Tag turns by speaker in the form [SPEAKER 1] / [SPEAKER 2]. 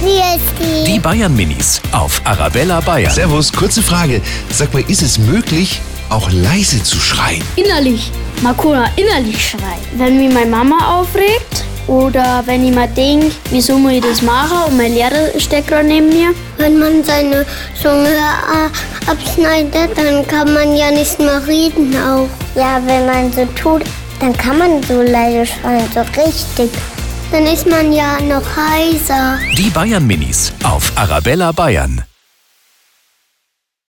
[SPEAKER 1] Hier ist
[SPEAKER 2] Die Bayern Minis auf Arabella Bayern.
[SPEAKER 3] Servus, kurze Frage. Sag mal, ist es möglich, auch leise zu schreien?
[SPEAKER 4] innerlich, Makura innerlich schreit. Wenn mich meine Mama aufregt oder wenn ich mir denke, wieso muss ich das machen und mein Lehrer steckt gerade neben mir.
[SPEAKER 1] Wenn man seine Zunge äh, abschneidet, dann kann man ja nicht mehr reden auch. Ja, wenn man so tut, dann kann man so leise schreien, so richtig. Dann ist man ja noch heiser.
[SPEAKER 2] Die Bayern Minis auf Arabella Bayern.